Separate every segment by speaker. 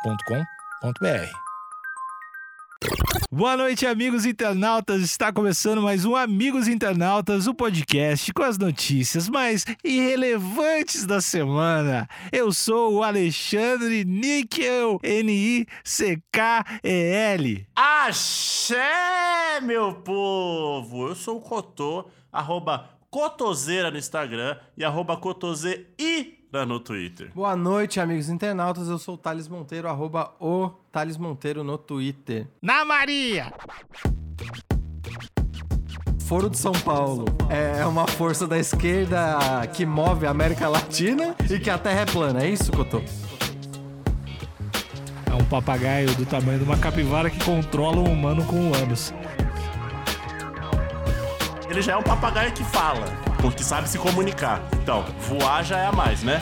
Speaker 1: agenciadepodcast.com.br. Boa noite, amigos internautas. Está começando mais um Amigos Internautas, o podcast com as notícias mais irrelevantes da semana. Eu sou o Alexandre Níquel, N-I-C-K-E-L.
Speaker 2: Axé, meu povo! Eu sou o Cotô, arroba Cotoseira no Instagram e arroba Cotoseira no Twitter.
Speaker 3: Boa noite, amigos internautas. Eu sou o Thales Monteiro, arroba o Thales Monteiro no Twitter.
Speaker 1: Na Maria!
Speaker 3: Foro de São Paulo é uma força da esquerda que move a América Latina e que a Terra é plana. É isso, Cotô?
Speaker 1: É um papagaio do tamanho de uma capivara que controla um humano com o ânus.
Speaker 2: Ele já é um papagaio que fala, porque sabe se comunicar. Então, voar já é a mais, né?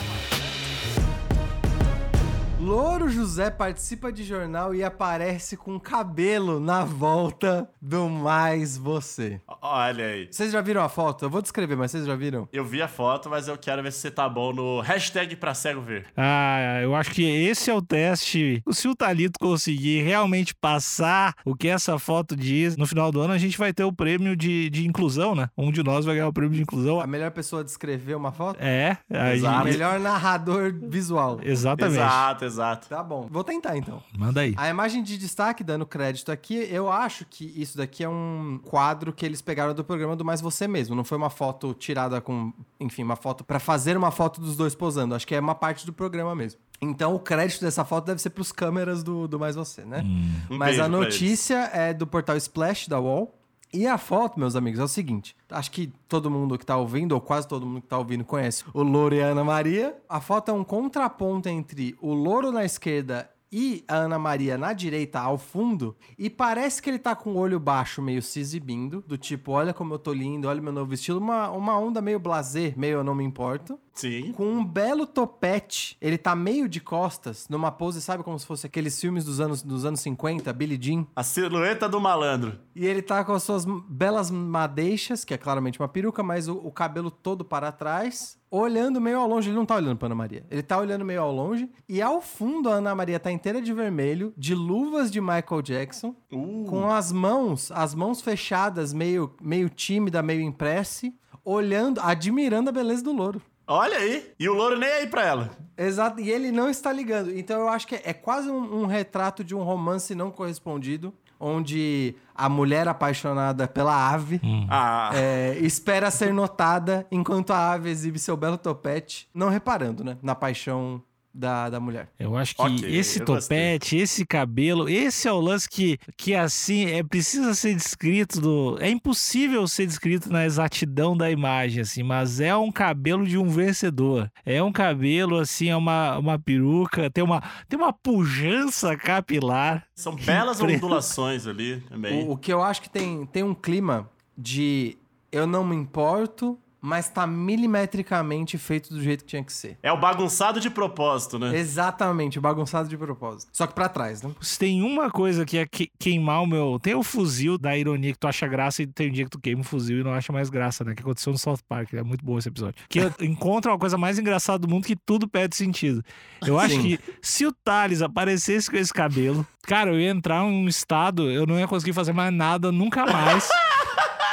Speaker 3: Louro José participa de jornal e aparece com cabelo na volta do Mais Você.
Speaker 2: Olha aí.
Speaker 3: Vocês já viram a foto? Eu vou descrever, mas vocês já viram?
Speaker 2: Eu vi a foto, mas eu quero ver se você tá bom no hashtag pra cego ver.
Speaker 1: Ah, eu acho que esse é o teste. Se o Talito conseguir realmente passar o que essa foto diz, no final do ano a gente vai ter o prêmio de, de inclusão, né? Um de nós vai ganhar o prêmio de inclusão.
Speaker 3: A melhor pessoa a descrever uma foto?
Speaker 1: É, aí-
Speaker 3: O melhor narrador visual.
Speaker 1: exatamente.
Speaker 2: Exato, exato.
Speaker 3: Tá bom. Vou tentar então.
Speaker 1: Manda aí.
Speaker 3: A imagem de destaque, dando crédito aqui, eu acho que isso daqui é um quadro que eles pegaram do programa do Mais Você Mesmo. Não foi uma foto tirada com. Enfim, uma foto. pra fazer uma foto dos dois posando. Acho que é uma parte do programa mesmo. Então o crédito dessa foto deve ser pros câmeras do, do Mais Você, né?
Speaker 2: Um
Speaker 3: Mas
Speaker 2: beijo
Speaker 3: a
Speaker 2: pra eles.
Speaker 3: notícia é do portal Splash da UOL. E a foto, meus amigos, é o seguinte. Acho que todo mundo que tá ouvindo, ou quase todo mundo que tá ouvindo, conhece o Louro e a Ana Maria. A foto é um contraponto entre o Louro na esquerda e a Ana Maria na direita, ao fundo. E parece que ele tá com o olho baixo, meio se exibindo. Do tipo, olha como eu tô lindo, olha meu novo estilo. Uma, uma onda meio blazer, meio eu não me importo
Speaker 2: Sim.
Speaker 3: com um belo topete. Ele tá meio de costas, numa pose, sabe como se fosse aqueles filmes dos anos, dos anos 50, Billy Jean.
Speaker 2: A silhueta do malandro.
Speaker 3: E ele tá com as suas m- belas madeixas, que é claramente uma peruca, mas o, o cabelo todo para trás, olhando meio ao longe. Ele não tá olhando pra Ana Maria. Ele tá olhando meio ao longe. E ao fundo, a Ana Maria tá inteira de vermelho, de luvas de Michael Jackson,
Speaker 2: Uh.
Speaker 3: com as mãos, as mãos fechadas, meio, meio tímida, meio em prece, olhando, admirando a beleza do louro.
Speaker 2: Olha aí. E o louro nem é aí pra ela.
Speaker 3: Exato, e ele não está ligando. Então eu acho que é quase um, um retrato de um romance não correspondido, onde a mulher apaixonada pela ave
Speaker 2: Ah.
Speaker 3: é, espera ser notada enquanto a ave exibe seu belo topete, não reparando, né? Na paixão da, da mulher.
Speaker 1: Eu acho que
Speaker 2: Ok,
Speaker 1: esse
Speaker 2: eu gostei.
Speaker 1: topete, esse cabelo, esse é o lance que, que assim, é precisa ser descrito do, é impossível ser descrito na exatidão da imagem assim, mas é um cabelo de um vencedor. É um cabelo assim, é uma, uma peruca, tem uma tem uma pujança capilar.
Speaker 2: São belas
Speaker 1: Pre-
Speaker 2: ondulações ali também.
Speaker 3: O, o que eu acho que tem, tem um clima de eu não me importo, mas tá milimetricamente feito do jeito que tinha que ser.
Speaker 2: É o bagunçado de propósito, né?
Speaker 3: Exatamente, bagunçado de propósito. Só que pra trás, né?
Speaker 1: Se tem uma coisa que é que- queimar o meu, tem o fuzil da ironia que tu acha graça e tem um dia que tu queima o fuzil e não acha mais graça, né? Que aconteceu no South Park, é muito bom esse episódio. Que eu- encontra uma coisa mais engraçada do mundo que tudo perde sentido. Eu acho
Speaker 3: Sim.
Speaker 1: que se o Thales aparecesse com esse cabelo, cara, eu ia entrar num estado, eu não ia conseguir fazer mais nada nunca mais.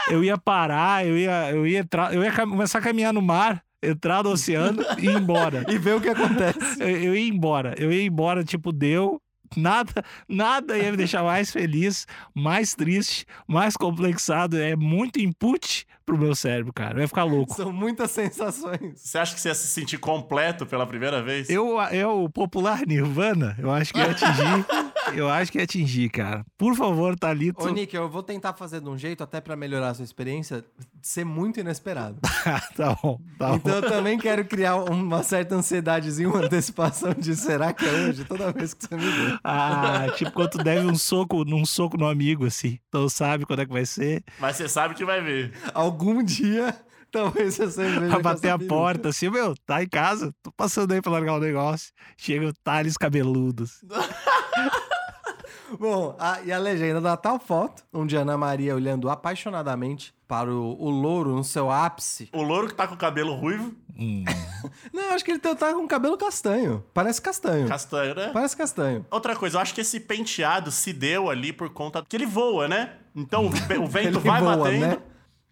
Speaker 1: Eu ia parar, eu ia, eu ia entrar, eu ia cam- começar a caminhar no mar, entrar no oceano e ir embora.
Speaker 3: E ver o que acontece.
Speaker 1: Eu, eu ia embora, eu ia embora, tipo, deu. Nada, nada ia me deixar mais feliz, mais triste, mais complexado. É muito input pro meu cérebro, cara. Eu ia ficar louco.
Speaker 3: São muitas sensações.
Speaker 2: Você acha que você ia se sentir completo pela primeira vez?
Speaker 1: Eu, eu, o popular Nirvana, eu acho que ia atingir. eu acho que ia atingir, cara. Por favor, Thalito.
Speaker 3: Ô, Nick, eu vou tentar fazer de um jeito, até pra melhorar a sua experiência, ser muito inesperado.
Speaker 1: tá bom, tá bom.
Speaker 3: Então eu também quero criar uma certa ansiedadezinha, uma antecipação de será que é hoje? Toda vez que você me vê.
Speaker 1: Ah, tipo, quando tu deve um soco, num soco no amigo, assim. Então sabe quando é que vai ser.
Speaker 2: Mas você sabe que vai ver.
Speaker 3: Algum dia, talvez você veja.
Speaker 1: Pra
Speaker 3: com
Speaker 1: bater
Speaker 3: essa
Speaker 1: a
Speaker 3: peruca.
Speaker 1: porta, assim, meu, tá em casa, tô passando aí pra largar o negócio. Chega o Thales assim. cabeludos.
Speaker 3: Bom, a- e a legenda da tal foto, onde Ana Maria olhando apaixonadamente para o, o louro no seu ápice.
Speaker 2: O louro que tá com o cabelo ruivo
Speaker 1: Hum.
Speaker 3: Não, acho que ele tá tá com cabelo castanho. Parece castanho.
Speaker 2: Castanho, né?
Speaker 3: Parece castanho.
Speaker 2: Outra coisa, eu acho que esse penteado se deu ali por conta que ele voa, né? Então o ve- o vento
Speaker 3: Ele
Speaker 2: vai
Speaker 3: voa,
Speaker 2: batendo.
Speaker 3: né?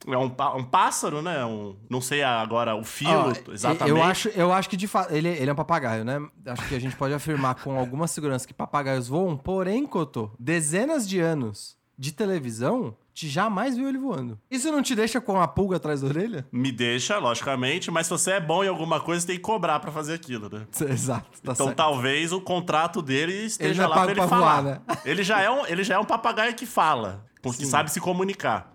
Speaker 2: É um, pá- um pássaro, né? Um, não sei agora o filo
Speaker 3: Ó,
Speaker 2: exatamente.
Speaker 3: Eu acho, eu acho que de fato. Ele, ele é um papagaio, né? Acho que a gente pode afirmar com alguma segurança que papagaios voam, porém, Cotô, dezenas de anos de televisão, te jamais viu ele voando. Isso não te deixa com a pulga atrás da orelha?
Speaker 2: Me deixa, logicamente, mas se você é bom em alguma coisa, você tem que cobrar pra fazer aquilo, né?
Speaker 3: Exato, tá
Speaker 2: então
Speaker 3: certo.
Speaker 2: talvez o contrato dele esteja
Speaker 3: não é
Speaker 2: lá
Speaker 3: pago
Speaker 2: pra ele
Speaker 3: pra
Speaker 2: falar.
Speaker 3: voar, né?
Speaker 2: ele, já é um, ele já é um papagaio que fala, com- que sabe se comunicar.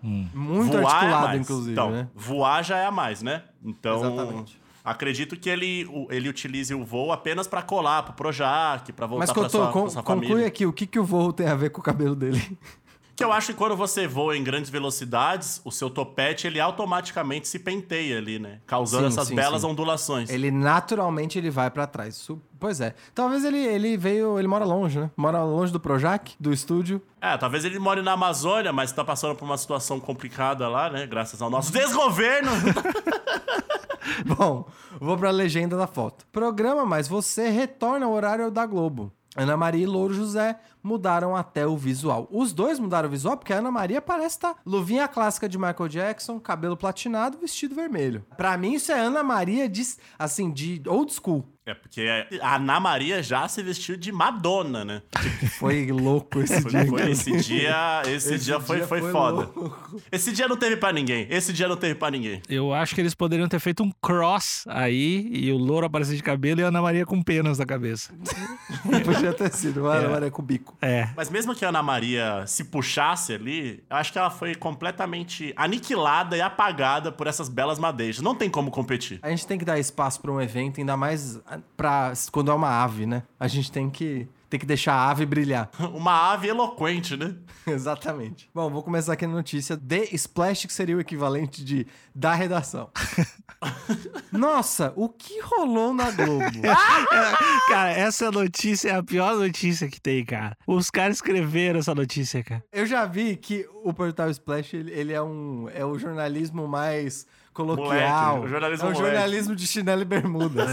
Speaker 2: voar
Speaker 3: Muito
Speaker 2: é a
Speaker 3: articulado,
Speaker 2: mais.
Speaker 3: inclusive,
Speaker 2: então,
Speaker 3: né?
Speaker 2: Voar já é a mais, né? Então.
Speaker 3: Exatamente.
Speaker 2: Acredito que ele, o- ele utilize o voo apenas pra colar pro Projac, pra voltar
Speaker 3: Mas
Speaker 2: pra
Speaker 3: Cotô,
Speaker 2: sua,
Speaker 3: con-
Speaker 2: pra sua
Speaker 3: conclui
Speaker 2: família.
Speaker 3: aqui o que, que o voo tem a ver com o cabelo dele.
Speaker 2: Que eu acho que quando você voa em grandes velocidades, o seu topete ele automaticamente se penteia ali, né? Causando
Speaker 3: Sim,
Speaker 2: essas
Speaker 3: sim,
Speaker 2: belas
Speaker 3: sim.
Speaker 2: ondulações.
Speaker 3: Ele naturalmente ele vai pra trás. Su- Pois é. Talvez ele, ele veio. Ele mora longe, né? Mora longe do Projac, do estúdio.
Speaker 2: É, talvez ele more na Amazônia, mas tá passando por uma situação complicada lá, né? Graças ao nosso desgoverno.
Speaker 3: Bom, vou pra legenda da foto. Programa Mais Você retorna ao horário da Globo. Ana Maria e Louro José mudaram até o visual. Os dois mudaram o visual porque a Ana Maria parece tá luvinha clássica de Michael Jackson, cabelo platinado, vestido vermelho. Pra mim isso é Ana Maria de assim de old school.
Speaker 2: é porque a Ana Maria já se vestiu de Madonna, né?
Speaker 3: Foi louco esse
Speaker 2: Foi-
Speaker 3: dia.
Speaker 2: foi-
Speaker 3: cara.
Speaker 2: esse dia, esse, dia, foi, foi, foda.
Speaker 3: louco.
Speaker 2: Esse dia não teve pra ninguém. Esse dia não teve pra ninguém.
Speaker 1: Eu acho que eles poderiam ter feito um cross aí e o louro aparecer de cabelo e a Ana Maria com penas na cabeça.
Speaker 3: Podia ter sido, uma Ana Maria com bico.
Speaker 1: É.
Speaker 2: Mas mesmo que a Ana Maria se puxasse ali, eu acho que ela foi completamente aniquilada e apagada por essas belas madeixas. Não tem como competir.
Speaker 3: A gente tem que dar espaço pra um evento, ainda mais pra quando é uma ave, né? A gente tem que, tem que deixar a ave brilhar.
Speaker 2: Uma ave eloquente, né?
Speaker 3: Exatamente. Bom, vou começar aqui a notícia. The Splash, que seria o equivalente de da redação. Nossa, o que rolou na Globo?
Speaker 1: É, Cara, essa notícia é a pior notícia que tem, cara. Os caras escreveram essa notícia, cara.
Speaker 3: Eu já vi que o portal Splash, ele, ele é um é o jornalismo mais coloquial.
Speaker 2: Moleque, o jornalismo
Speaker 3: é o
Speaker 2: moleque.
Speaker 3: jornalismo de chinelo e bermudas.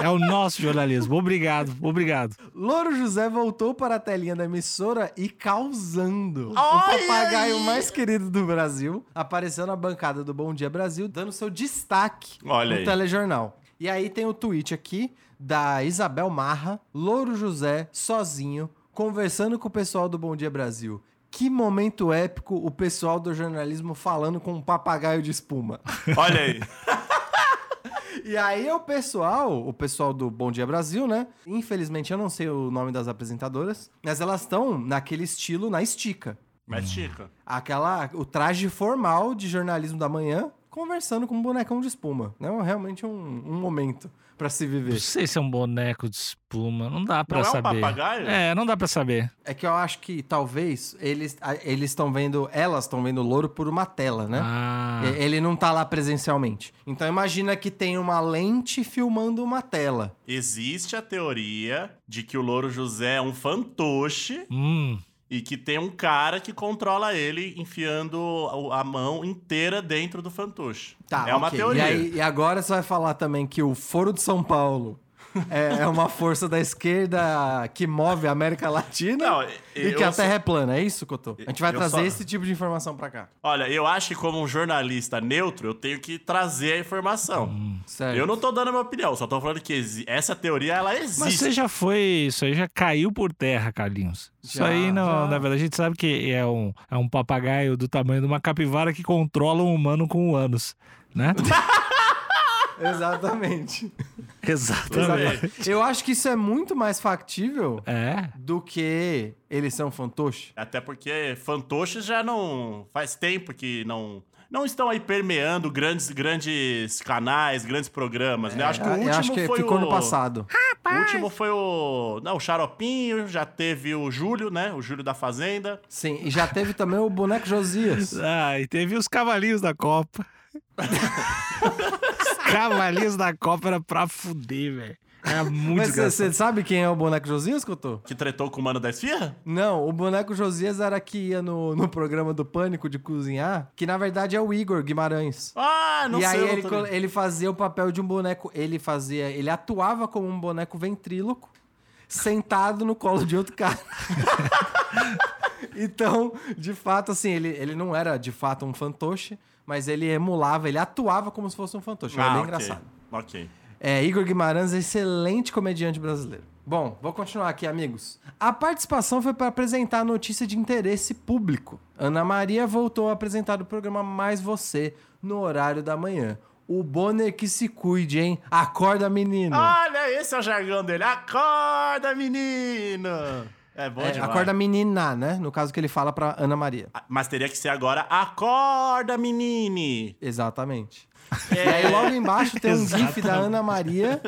Speaker 1: É, é o nosso jornalismo. Obrigado, obrigado.
Speaker 3: Louro José voltou para a telinha da emissora e causando.
Speaker 2: Olha
Speaker 3: o papagaio
Speaker 2: aí!
Speaker 3: mais querido do Brasil apareceu na bancada do Bom Dia Brasil, dando seu destaque
Speaker 2: Olha
Speaker 3: no
Speaker 2: aí.
Speaker 3: telejornal. E aí tem o tweet aqui da Isabel Marra, Louro José sozinho, conversando com o pessoal do Bom Dia Brasil. Que momento épico o pessoal do jornalismo falando com um papagaio de espuma.
Speaker 2: Olha aí.
Speaker 3: E aí o pessoal, o pessoal do Bom Dia Brasil, né? Infelizmente eu não sei o nome das apresentadoras, mas elas estão naquele estilo na estica.
Speaker 2: Mas, Chico,
Speaker 3: Aquela o traje formal de jornalismo da manhã, conversando com um bonecão de espuma, né? Um- Realmente um, um momento pra se
Speaker 1: Não
Speaker 3: viver.
Speaker 1: sei se é um boneco de espuma, não dá pra
Speaker 2: não é um
Speaker 1: saber.
Speaker 2: papagaio?
Speaker 1: É, não dá pra saber.
Speaker 3: É que eu acho que talvez eles a- eles estão vendo, elas estão vendo o louro por uma tela, né?
Speaker 1: Ah,
Speaker 2: É.
Speaker 3: E- Ele não tá lá presencialmente. Então imagina que tem uma lente filmando uma tela.
Speaker 2: existe a teoria de que o Louro José é um fantoche
Speaker 1: hum,
Speaker 2: e que tem um cara que controla ele enfiando a a mão inteira dentro do fantoche. é uma
Speaker 3: Tá, ok.
Speaker 2: teoria.
Speaker 3: E, aí- e agora você vai falar também que o Foro de São Paulo é, é uma força da esquerda que move a América Latina
Speaker 2: Não,
Speaker 3: e
Speaker 2: eu
Speaker 3: que a
Speaker 2: só-
Speaker 3: Terra é plana. É isso, Cotô? A gente vai
Speaker 2: Eu
Speaker 3: trazer
Speaker 2: só-
Speaker 3: esse tipo de informação pra cá.
Speaker 2: Olha, eu acho que como um jornalista neutro, eu tenho que trazer a informação.
Speaker 3: Sério.
Speaker 2: Eu não tô dando a minha opinião, só tô falando que exi- essa teoria, ela existe.
Speaker 1: mas você já foi. Isso aí já caiu por terra, Carlinhos. Isso
Speaker 3: Já,
Speaker 1: aí, não,
Speaker 3: já.
Speaker 1: na verdade, a gente sabe que é um, é um papagaio do tamanho de uma capivara que controla um humano com o ânus, né?
Speaker 3: Exatamente.
Speaker 1: Exatamente.
Speaker 3: Eu acho que isso é muito mais factível
Speaker 1: É.
Speaker 3: do que eles são fantoche.
Speaker 2: Até porque fantoches já não. faz tempo que não. Não estão aí permeando grandes, grandes canais, grandes programas, né? Acho que o
Speaker 3: É,
Speaker 2: último
Speaker 3: eu acho que
Speaker 2: foi
Speaker 3: ficou
Speaker 2: o...
Speaker 3: no passado.
Speaker 2: O último foi o. Não, o Xaropinho, já teve o Júlio, né? O Júlio da Fazenda.
Speaker 3: Sim, e já teve também o boneco Josias.
Speaker 1: Ah, e teve os cavalinhos da Copa. os cavalinhos da Copa era pra fuder, velho. É muito
Speaker 3: Mas você-
Speaker 1: engraçado.
Speaker 3: você sabe quem é o boneco Josias, Couto?
Speaker 2: Que tretou com o mano da esfirra?
Speaker 3: Não, o boneco Josias era que ia no, no programa do Pânico de cozinhar, que na verdade é o Igor Guimarães.
Speaker 2: Ah, não
Speaker 3: e
Speaker 2: sei.
Speaker 3: aí
Speaker 2: eu não
Speaker 3: ele,
Speaker 2: tô
Speaker 3: co-
Speaker 2: ligado.
Speaker 3: ele fazia o papel de um boneco. Ele fazia. Ele atuava como um boneco ventríloco, sentado no colo de outro cara. então, de fato, assim, ele, ele não era de fato um fantoche, mas ele emulava, ele atuava como se fosse um fantoche. Era
Speaker 2: Ah,
Speaker 3: bem
Speaker 2: ok.
Speaker 3: engraçado.
Speaker 2: Ok.
Speaker 3: É, Igor Guimarães é excelente comediante brasileiro. Bom, vou continuar aqui, amigos. A participação foi para apresentar a notícia de interesse público. Ana Maria voltou a apresentar o programa Mais Você no horário da manhã. O Bonner que se cuide, hein? Acorda, menino.
Speaker 2: Olha, esse é o jargão dele. Acorda, menino! É bom
Speaker 3: É,
Speaker 2: demais. Ah,
Speaker 3: acorda, menina, né? No caso que ele fala para Ana Maria.
Speaker 2: Mas teria que ser agora. Acorda, menine!
Speaker 3: Exatamente. E aí logo embaixo tem um gif da Ana Maria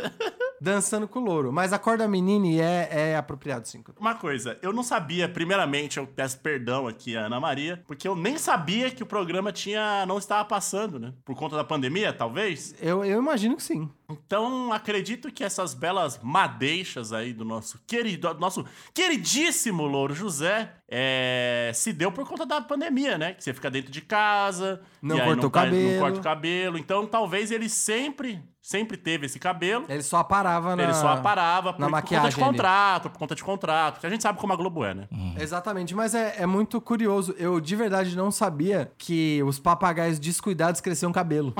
Speaker 3: dançando com o louro. Mas acorda, menine é, é apropriado, sim.
Speaker 2: Uma coisa, eu não sabia, primeiramente, eu peço perdão aqui à Ana Maria, porque eu nem sabia que o programa tinha não estava passando, né? Por conta da pandemia, talvez.
Speaker 3: Eu, eu imagino que sim.
Speaker 2: Então, acredito que essas belas madeixas aí do nosso querido, do nosso queridíssimo Louro José é, se deu por conta da pandemia, né? Que você fica dentro de casa,
Speaker 3: Não
Speaker 2: e aí
Speaker 3: corta o
Speaker 2: tá-
Speaker 3: cabelo.
Speaker 2: não corta o cabelo. Então, talvez ele sempre, sempre teve esse cabelo.
Speaker 3: Ele só parava na...
Speaker 2: Ele só aparava por,
Speaker 3: na
Speaker 2: por conta de
Speaker 3: maquiagem ali.
Speaker 2: contrato, por conta de contrato. Porque a gente sabe como a Globo é, né?
Speaker 3: Exatamente, mas é, é muito curioso. Eu de verdade não sabia que os papagaios descuidados cresciam cabelo.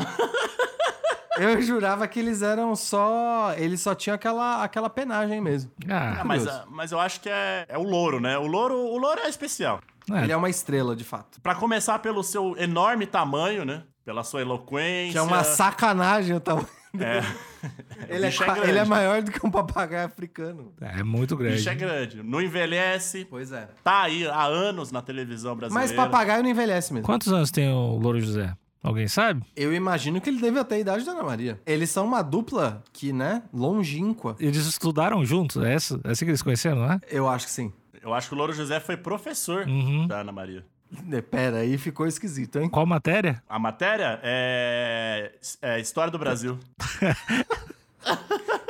Speaker 3: Eu jurava que eles eram só. Eles só tinham aquela, aquela penagem mesmo.
Speaker 2: Ah,
Speaker 1: Ah,
Speaker 2: mas,
Speaker 3: curioso.
Speaker 2: ah, mas eu acho que é, é o louro, né? O louro, o louro é especial.
Speaker 1: é,
Speaker 3: Ele é uma estrela, de fato.
Speaker 2: Pra começar pelo seu enorme tamanho, né? Pela sua eloquência.
Speaker 3: Que é uma sacanagem o tamanho.
Speaker 2: É.
Speaker 3: Ele é,
Speaker 2: bicho é
Speaker 3: qua-
Speaker 2: grande.
Speaker 3: ele é maior do que um papagaio africano.
Speaker 1: é muito
Speaker 2: O
Speaker 1: grande.
Speaker 2: bicho é grande. Não envelhece.
Speaker 3: Pois é.
Speaker 2: Tá aí há anos na televisão brasileira.
Speaker 3: Mas papagaio não envelhece mesmo.
Speaker 1: Quantos anos tem o Louro José? Alguém sabe?
Speaker 3: Eu imagino que ele deve ter a idade da Ana Maria. Eles são uma dupla que, né? Longínqua.
Speaker 1: Eles estudaram juntos, é essa- é assim que eles conheceram, não é?
Speaker 3: Eu acho que sim.
Speaker 2: Eu acho que o Louro José foi professor
Speaker 1: Uhum.
Speaker 2: da Ana Maria.
Speaker 3: É, Pera aí, ficou esquisito, hein?
Speaker 1: Qual matéria?
Speaker 2: A matéria é, é História do Brasil.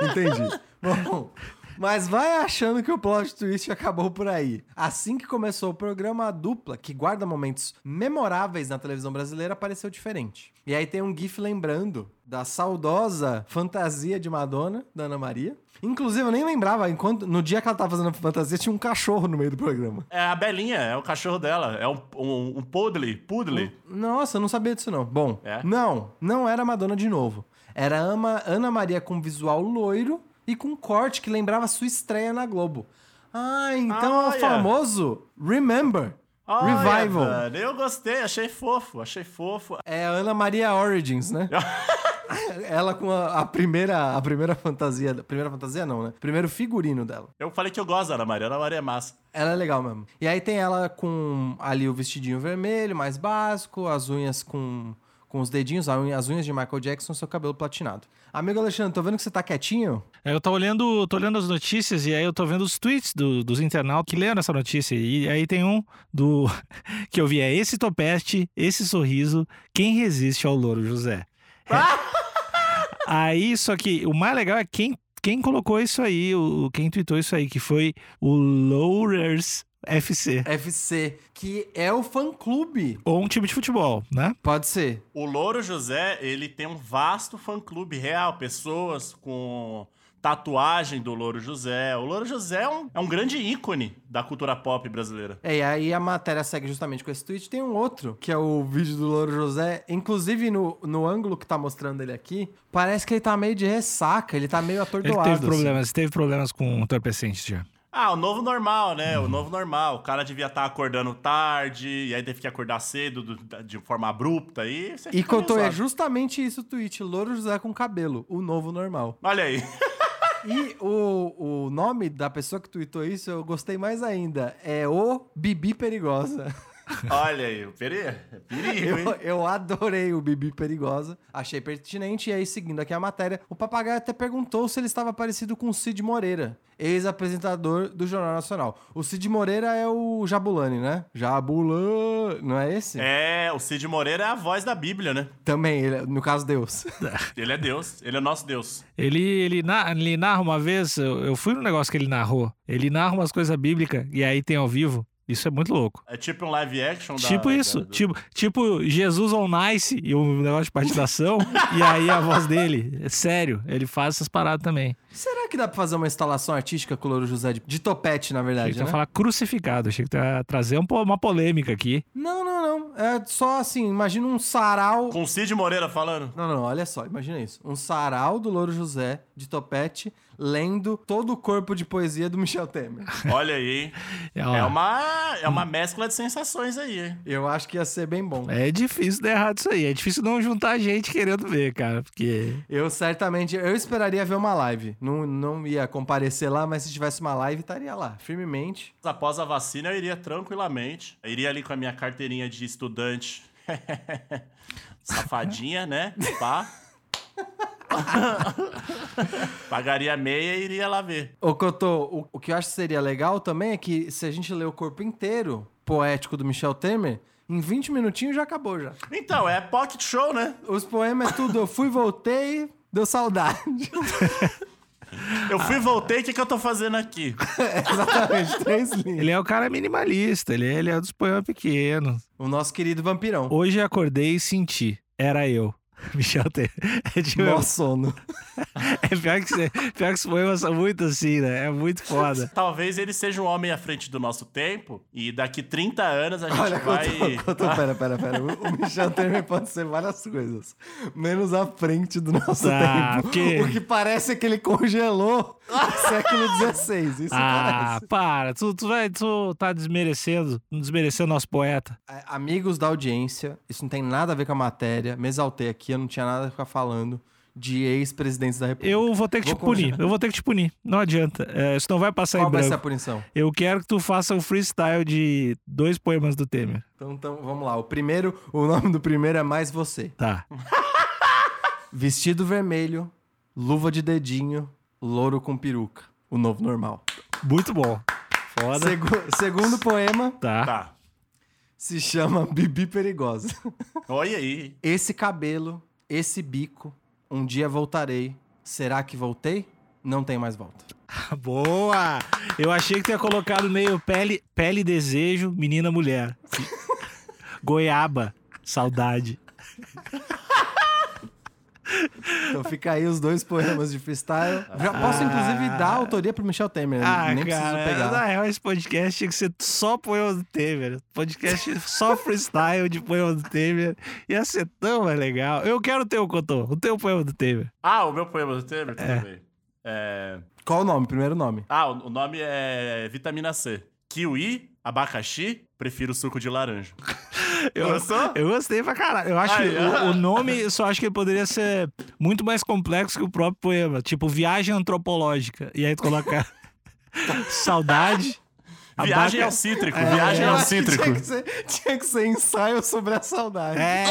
Speaker 3: Entendi. Bom, mas vai achando que o plot twist acabou por aí. Assim que começou o programa, a dupla, que guarda momentos memoráveis na televisão brasileira, apareceu diferente. E aí tem um gif lembrando da saudosa fantasia de Madonna, da Ana Maria. Inclusive, eu nem lembrava, enquanto no dia que ela tava fazendo a fantasia, tinha um cachorro no meio do programa.
Speaker 2: É a Belinha, é o cachorro dela. É um, um, um pudle, pudle.
Speaker 3: Nossa, eu não sabia disso não. Bom,
Speaker 2: É?
Speaker 3: não, não era Madonna de novo. Era Ama- Ana Maria com visual loiro e com corte que lembrava sua estreia na Globo. Ah, então é o
Speaker 2: Olha!
Speaker 3: famoso Remember,
Speaker 2: Olha,
Speaker 3: Revival.
Speaker 2: mano, eu gostei, achei fofo, achei fofo.
Speaker 3: É a Ana Maria Origins, né? Ela com a, a primeira a primeira fantasia, primeira fantasia não, né? Primeiro figurino dela.
Speaker 2: Eu falei que eu gosto da Ana Maria, a Ana Maria é massa.
Speaker 3: Ela é legal mesmo. E aí tem ela com ali o vestidinho vermelho, mais básico, as unhas com, com os dedinhos, a unha- as unhas de Michael Jackson, seu cabelo platinado. Amigo Alexandre, tô vendo que você tá quietinho?
Speaker 1: É, Eu tô olhando, tô olhando as notícias e aí eu tô vendo os tweets do- dos internautas que leram essa notícia. E aí tem um do que eu vi: é esse topete, esse sorriso, quem resiste ao Louro José. É. aí, só que o mais legal é quem, quem colocou isso aí, o, quem tweetou isso aí, que foi o Lourers FC.
Speaker 3: FC, que é o fã-clube.
Speaker 1: Ou um time de futebol, né?
Speaker 3: Pode ser.
Speaker 2: O Louro José, ele tem um vasto fã-clube real, pessoas com tatuagem do Louro José. O Louro José é um, é um grande ícone da cultura pop brasileira.
Speaker 3: É, e aí a matéria segue justamente com esse tweet. Tem um outro, que é o vídeo do Louro José. Inclusive, no, no ângulo que tá mostrando ele aqui, parece que ele tá meio de ressaca, ele tá meio
Speaker 1: Ele
Speaker 3: atordoado.
Speaker 1: teve
Speaker 3: assim.
Speaker 1: problemas, teve problemas com entorpecente já.
Speaker 2: Ah, o novo normal, né? O novo normal. O cara devia estar acordando tarde, e aí teve que acordar cedo do- de forma abrupta. E, você
Speaker 3: E
Speaker 2: fica
Speaker 3: Couto, é
Speaker 2: lesado.
Speaker 3: justamente isso o tweet. Louro José com cabelo, o novo normal.
Speaker 2: Olha aí.
Speaker 3: E o, o nome da pessoa que tweetou isso, eu gostei mais ainda. É o Bibi Perigosa.
Speaker 2: Olha aí, o perigo, perigo, hein?
Speaker 3: Eu, eu adorei o Bibi Perigosa, achei pertinente. E aí, seguindo aqui a matéria, o papagaio até perguntou se ele estava parecido com o Cid Moreira, ex-apresentador do Jornal Nacional. O Cid Moreira é o Jabulani, né? Jabulani, não é esse?
Speaker 2: É, o Cid Moreira é a voz da Bíblia, né?
Speaker 3: Também, ele é- no caso, Deus.
Speaker 2: Ele é Deus, ele é nosso Deus.
Speaker 1: Ele, ele, na- ele narra uma vez, eu, eu fui num negócio que ele narrou. Ele narra umas coisas bíblicas e aí tem ao vivo. Isso é muito louco.
Speaker 2: É tipo um live action da-
Speaker 1: tipo
Speaker 2: da-
Speaker 1: isso,
Speaker 2: do-
Speaker 1: tipo, tipo Jesus on Nice e um negócio de participação. e aí a voz dele, é sério, ele faz essas paradas também.
Speaker 3: Será que dá pra fazer uma instalação artística com o Louro José de, de topete, na
Speaker 1: Achei que
Speaker 3: verdade,
Speaker 1: tu ia
Speaker 3: né?
Speaker 1: falar crucificado, achei que tu ia trazer um po- uma polêmica aqui.
Speaker 3: Não, não, não. É só assim, imagina um sarau...
Speaker 2: Com o Cid Moreira falando.
Speaker 3: Não, não, olha só, imagina isso. Um sarau do Louro José, de topete, lendo todo o corpo de poesia do Michel Temer.
Speaker 2: Olha aí, hein?
Speaker 1: É,
Speaker 2: É
Speaker 1: ó,
Speaker 2: uma, é uma mescla de sensações aí, hein?
Speaker 3: Eu acho que ia ser bem bom.
Speaker 1: é difícil dar errado isso aí, é difícil não juntar gente querendo ver, cara, porque...
Speaker 3: Eu certamente, eu esperaria ver uma live. Não, não ia comparecer lá, mas se tivesse uma live, estaria lá, firmemente.
Speaker 2: Após a vacina, eu iria tranquilamente. Eu iria ali com a minha carteirinha de estudante. Safadinha, né? Pá. Pagaria meia e iria lá ver.
Speaker 3: Ô, Cotô, o, o que eu acho que seria legal também é que se a gente ler o corpo inteiro poético do Michel Temer, em 20 minutinhos já acabou já.
Speaker 2: Então, é pocket show, né?
Speaker 3: Os poemas é tudo, eu fui, voltei, deu saudade.
Speaker 2: Eu fui e voltei, o que, que eu tô fazendo aqui?
Speaker 3: É Exatamente, três linhas.
Speaker 1: Ele é o cara minimalista, ele é, ele é dos poemas pequenos.
Speaker 3: O nosso querido vampirão.
Speaker 1: Hoje acordei e senti. Era eu. Michel Temer. É, tipo,
Speaker 3: Mó sono.
Speaker 1: é pior, que, você- pior que os poemas são muito assim, né? É muito foda.
Speaker 2: Talvez ele seja um homem à frente do nosso tempo e daqui 30 anos a gente
Speaker 3: Olha,
Speaker 2: vai.
Speaker 3: Cotô, Cotô, pera, pera, pera. O o Michel Temer pode ser várias coisas, menos à frente do nosso
Speaker 1: Tá,
Speaker 3: tempo.
Speaker 1: porque-
Speaker 3: O que parece é que ele congelou no século XVI. Isso
Speaker 1: Ah,
Speaker 3: parece.
Speaker 1: para. Tu, tu, vai, tu tá desmerecendo, desmerecendo nosso poeta.
Speaker 3: A- É, Amigos da audiência, isso não tem nada a ver com a matéria. Me exaltei aqui, eu não tinha nada a ficar falando de ex-presidentes da República.
Speaker 1: Eu vou ter que
Speaker 3: Vou
Speaker 1: te punir.
Speaker 3: congelar.
Speaker 1: Eu vou ter que te punir. Não adianta. É, isso não vai passar
Speaker 3: Qual
Speaker 1: em
Speaker 3: vai
Speaker 1: branco.
Speaker 3: ser a punição?
Speaker 1: Eu quero que tu faça um freestyle de dois poemas do Temer.
Speaker 3: Então, então, vamos lá. O primeiro, o nome do primeiro é Mais Você.
Speaker 1: Tá.
Speaker 3: Vestido vermelho, luva de dedinho, louro com peruca. O novo normal.
Speaker 1: Muito bom. Foda.
Speaker 3: Segu- segundo poema,
Speaker 1: Tá.
Speaker 2: Tá.
Speaker 3: se chama Bibi Perigosa.
Speaker 2: Olha aí.
Speaker 3: Esse cabelo, esse bico, um dia voltarei. Será que voltei? Não tem mais volta.
Speaker 1: Boa! Eu achei que tu ia colocar no meio pele, pele desejo, menina mulher. Goiaba, saudade.
Speaker 3: Então fica aí os dois poemas de freestyle. Ah. Já posso, inclusive, dar autoria pro Michel Temer.
Speaker 1: Ah,
Speaker 3: nem
Speaker 1: cara,
Speaker 3: preciso pegar.
Speaker 1: na real esse podcast tinha que ser só poema do Temer. Podcast só freestyle de poema do Temer. Ia ser tão mais legal. Eu quero o teu, Cotô, o teu poema do Temer.
Speaker 2: Ah, o meu poema do Temer? Tudo bem. É...
Speaker 3: Qual o nome? Primeiro nome.
Speaker 2: Ah, o o nome é Vitamina C. Kiwi, abacaxi, prefiro suco de laranja.
Speaker 1: Eu,
Speaker 2: Gostou?
Speaker 1: eu gostei pra caralho. Eu acho
Speaker 2: Aí,
Speaker 1: que
Speaker 2: ó.
Speaker 1: o, o nome, eu só acho que ele poderia ser muito mais complexo que o próprio poema. Tipo, viagem antropológica. E aí tu coloca saudade.
Speaker 2: Viagem é
Speaker 1: abaca-
Speaker 2: ao cítrico, viagem
Speaker 1: é,
Speaker 2: ao
Speaker 3: acho que
Speaker 2: cítrico.
Speaker 3: Tinha que, ser, tinha que ser ensaio sobre a saudade.
Speaker 1: É,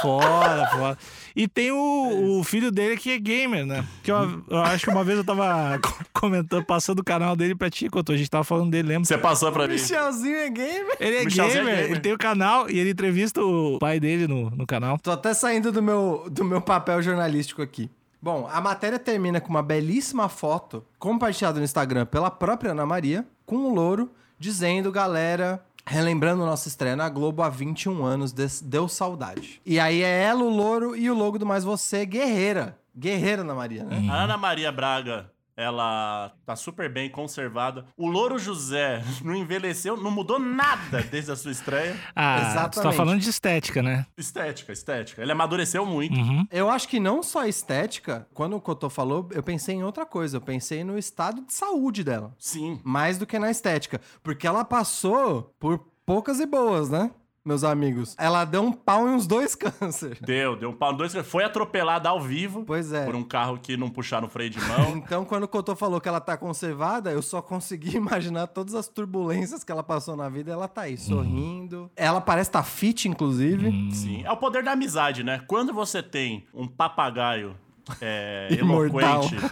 Speaker 1: foda, foda. E tem o, o filho dele que é gamer, né? Que eu, eu acho que uma vez eu tava co- comentando, passando o canal dele pra ti, Cotô. A gente tava falando dele, lembra?
Speaker 2: Você passou pra mim.
Speaker 3: Michelzinho é gamer.
Speaker 1: Ele é
Speaker 2: Michelzinho é
Speaker 1: gamer,
Speaker 2: gamer.
Speaker 1: ele tem o canal e ele entrevista o pai dele no, no canal.
Speaker 3: Tô até saindo do meu, do meu papel jornalístico aqui. Bom, a matéria termina com uma belíssima foto compartilhada no Instagram pela própria Ana Maria, com o louro, dizendo, galera, relembrando nossa estreia na Globo há 21 anos, des- deu saudade. E aí é ela, o louro e o logo do Mais Você, guerreira. Guerreira, Ana Maria, né?
Speaker 2: A Ana Maria Braga, ela tá super bem conservada. O Louro José não envelheceu, não mudou nada desde a sua estreia.
Speaker 1: Ah, tu tá
Speaker 3: Exatamente.
Speaker 1: falando de estética, né?
Speaker 2: Estética, estética. Ele amadureceu muito.
Speaker 1: Uhum.
Speaker 3: Eu acho que não só a estética, quando o Cotô falou, eu pensei em outra coisa. Eu pensei no estado de saúde dela.
Speaker 2: Sim.
Speaker 3: mais do que na estética. Porque ela passou por poucas e boas, né? meus amigos. Ela deu um pau em uns dois câncer.
Speaker 2: Deu, deu um pau. Dois, foi atropelada ao vivo
Speaker 3: Pois é.
Speaker 2: por um carro que não puxaram o freio de mão.
Speaker 3: Então, quando o Cotô falou que ela tá conservada, eu só consegui imaginar todas as turbulências que ela passou na vida. e Ela tá
Speaker 2: Uhum.
Speaker 3: aí, sorrindo. Ela parece tá fit, inclusive.
Speaker 1: Hum.
Speaker 2: Sim. É o poder da amizade, né? Quando você tem um papagaio é,
Speaker 3: Imortal.
Speaker 2: eloquente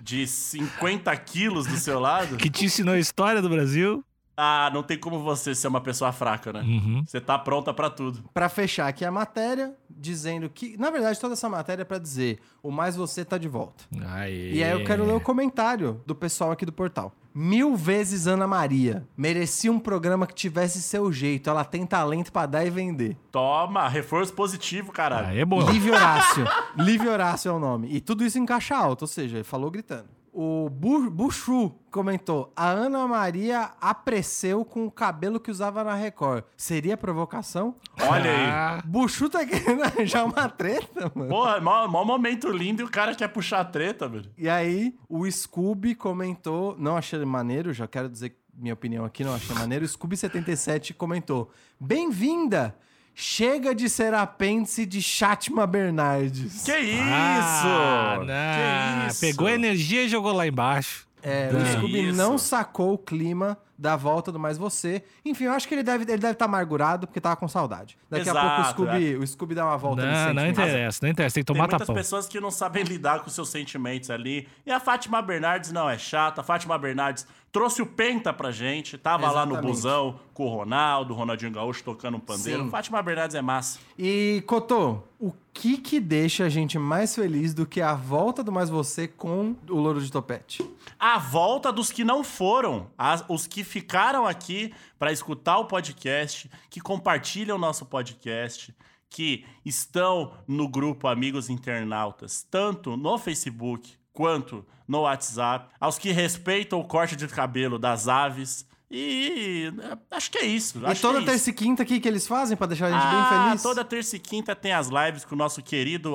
Speaker 2: de 50 quilos do seu lado,
Speaker 1: Que te ensinou a história do Brasil.
Speaker 2: ah, não tem como você ser uma pessoa fraca, né?
Speaker 1: Uhum.
Speaker 2: Você tá pronta pra tudo.
Speaker 3: Pra fechar aqui a matéria, dizendo que, na verdade, toda essa matéria é pra dizer: o mais você tá de volta.
Speaker 1: Aê.
Speaker 3: E aí eu quero ler o comentário do pessoal aqui do portal. Mil vezes Ana Maria. Merecia um programa que tivesse seu jeito. Ela tem talento pra dar e vender.
Speaker 2: Toma, reforço positivo, caralho.
Speaker 1: Aí é bom.
Speaker 3: Live Horácio. Live Horácio é o nome. E tudo isso em caixa alta, ou seja, ele falou gritando. O Bu- Buchu comentou: a Ana Maria apareceu com o cabelo que usava na Record. Seria provocação?
Speaker 2: Olha aí.
Speaker 1: Ah,
Speaker 3: Buchu tá querendo arranjar uma treta, mano.
Speaker 2: Porra, mó, mó momento lindo e o cara quer puxar a treta, velho.
Speaker 3: E aí, o Scooby comentou. Não achei ele maneiro, já quero dizer minha opinião aqui, não achei maneiro. O Scooby77 comentou: Bem-vinda! Chega de ser apêndice de Chatma Bernardes.
Speaker 2: Que isso?
Speaker 1: ah, não.
Speaker 2: que isso?
Speaker 1: Pegou a energia e jogou lá embaixo.
Speaker 3: É,
Speaker 1: Dan.
Speaker 3: o Scooby
Speaker 2: Isso.
Speaker 3: não sacou o clima da volta do Mais Você. Enfim, eu acho que ele deve estar ele deve tá amargurado porque tava com saudade. Daqui a pouco o
Speaker 2: Exato, é.
Speaker 3: Scooby, o Scooby dá uma volta ele
Speaker 1: Não,
Speaker 3: sente
Speaker 1: não
Speaker 3: em casa.
Speaker 1: interessa, não interessa. Tem que
Speaker 2: Tem
Speaker 1: tomar
Speaker 2: muitas
Speaker 1: tapão.
Speaker 2: pessoas que não sabem lidar com seus sentimentos ali. E a Fátima Bernardes não é chata. A Fátima Bernardes trouxe o Penta pra gente. Tava lá no
Speaker 3: Exatamente.
Speaker 2: busão com o Ronaldo, o Ronaldinho Gaúcho tocando um pandeiro.
Speaker 3: Sim.
Speaker 2: Fátima Bernardes é massa.
Speaker 3: E, Cotô, o que que deixa a gente mais feliz do que a volta do Mais Você com o Louro de Topete?
Speaker 2: A volta dos que não foram, as- os que ficaram aqui pra escutar o podcast, que compartilham o nosso podcast, que estão no grupo Amigos Internautas, tanto no Facebook quanto no WhatsApp, aos que respeitam o corte de cabelo das aves. E né, acho que é isso.
Speaker 3: E
Speaker 2: acho
Speaker 3: toda
Speaker 2: que é isso.
Speaker 3: terça e quinta aqui que eles fazem pra deixar a gente é bem
Speaker 2: Ah,
Speaker 3: feliz?
Speaker 2: toda terça e quinta tem as lives com o nosso querido,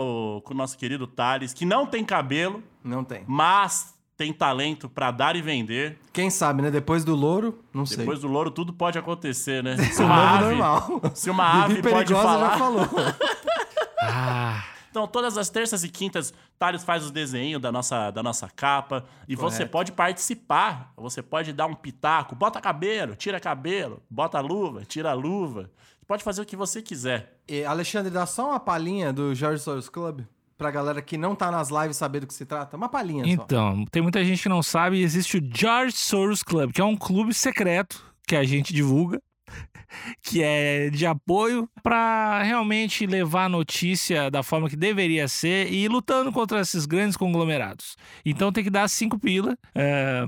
Speaker 2: com o nosso querido Thales, que não tem cabelo,
Speaker 3: Não tem.
Speaker 2: mas tem talento pra dar e vender.
Speaker 3: Quem sabe, né? Depois do Louro, não sei. é
Speaker 2: Depois do louro, tudo pode acontecer, né? Se
Speaker 3: O
Speaker 2: uma
Speaker 3: novo
Speaker 2: ave,
Speaker 3: normal.
Speaker 2: se uma ave
Speaker 3: Bibi
Speaker 2: pode
Speaker 3: Perigosa já
Speaker 2: falar.
Speaker 3: falou.
Speaker 1: Ah,
Speaker 2: Então, todas as terças e quintas, Thales faz o desenho da nossa, da nossa capa. E você
Speaker 3: Correto.
Speaker 2: pode participar. Você pode dar um pitaco. Bota cabelo, tira cabelo. Bota luva, tira luva. Pode fazer o que você quiser.
Speaker 3: E, Alexandre, dá só uma palhinha do Jorge Soros Club pra galera que não tá nas lives saber do que se trata. Uma palhinha só.
Speaker 1: então, tem muita gente que não sabe, existe o George Soros Club, que é um clube secreto que a gente divulga, que é de apoio para realmente levar a notícia da forma que deveria ser e ir lutando contra esses grandes conglomerados. Então tem que dar cinco pila, é,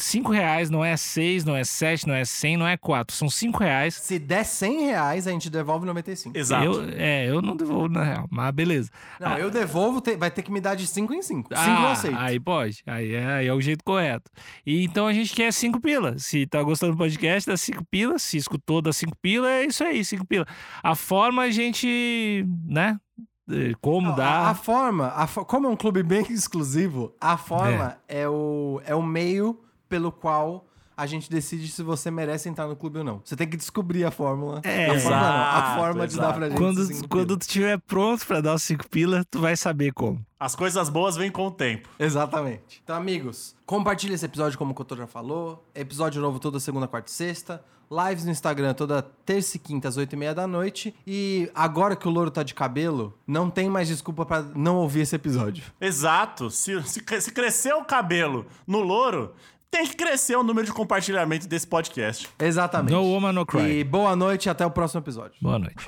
Speaker 1: cinco reais, não é seis, não é sete, não é cem, não é quatro, são cinco reais.
Speaker 3: Se der 100 reais, a gente devolve 95.
Speaker 2: Exato.
Speaker 1: Eu, é, eu não devolvo na real, mas beleza.
Speaker 3: Não, eu devolvo, te- vai ter que me dar de 5 em 5. 5 eu
Speaker 1: Ah,
Speaker 3: aceito.
Speaker 1: Aí pode. Aí é, aí é o jeito correto. E então a gente quer cinco pilas. Se tá gostando do podcast, dá cinco pilas. Se escutou, dá cinco pilas. É isso aí, cinco pilas. A forma a gente, né? eh, Como
Speaker 3: Não,
Speaker 1: dá.
Speaker 3: A, a forma, a fo- como é um clube bem exclusivo, a forma é. o, é o meio pelo qual a gente decide se você merece entrar no clube ou não. Você tem que descobrir a fórmula.
Speaker 1: É.
Speaker 3: a forma, não, a
Speaker 2: Exato,
Speaker 3: forma de dar pra gente.
Speaker 1: quando,
Speaker 3: cinco
Speaker 1: quando tu estiver pronto pra dar os cinco pilas, tu vai saber como.
Speaker 2: As coisas boas vêm com o tempo.
Speaker 3: Exatamente. Então, amigos, compartilha esse episódio como o Cotô já falou. Episódio novo toda segunda, quarta e sexta. Lives no Instagram toda terça e quinta às oito e meia da noite. E agora que o louro tá de cabelo, não tem mais desculpa pra não ouvir esse episódio.
Speaker 2: Exato. Se, se, cre- se crescer o cabelo no louro, tem que crescer o número de compartilhamento desse podcast.
Speaker 3: Exatamente.
Speaker 1: No woman, no cry.
Speaker 3: E boa noite e até o próximo episódio.
Speaker 1: Boa noite.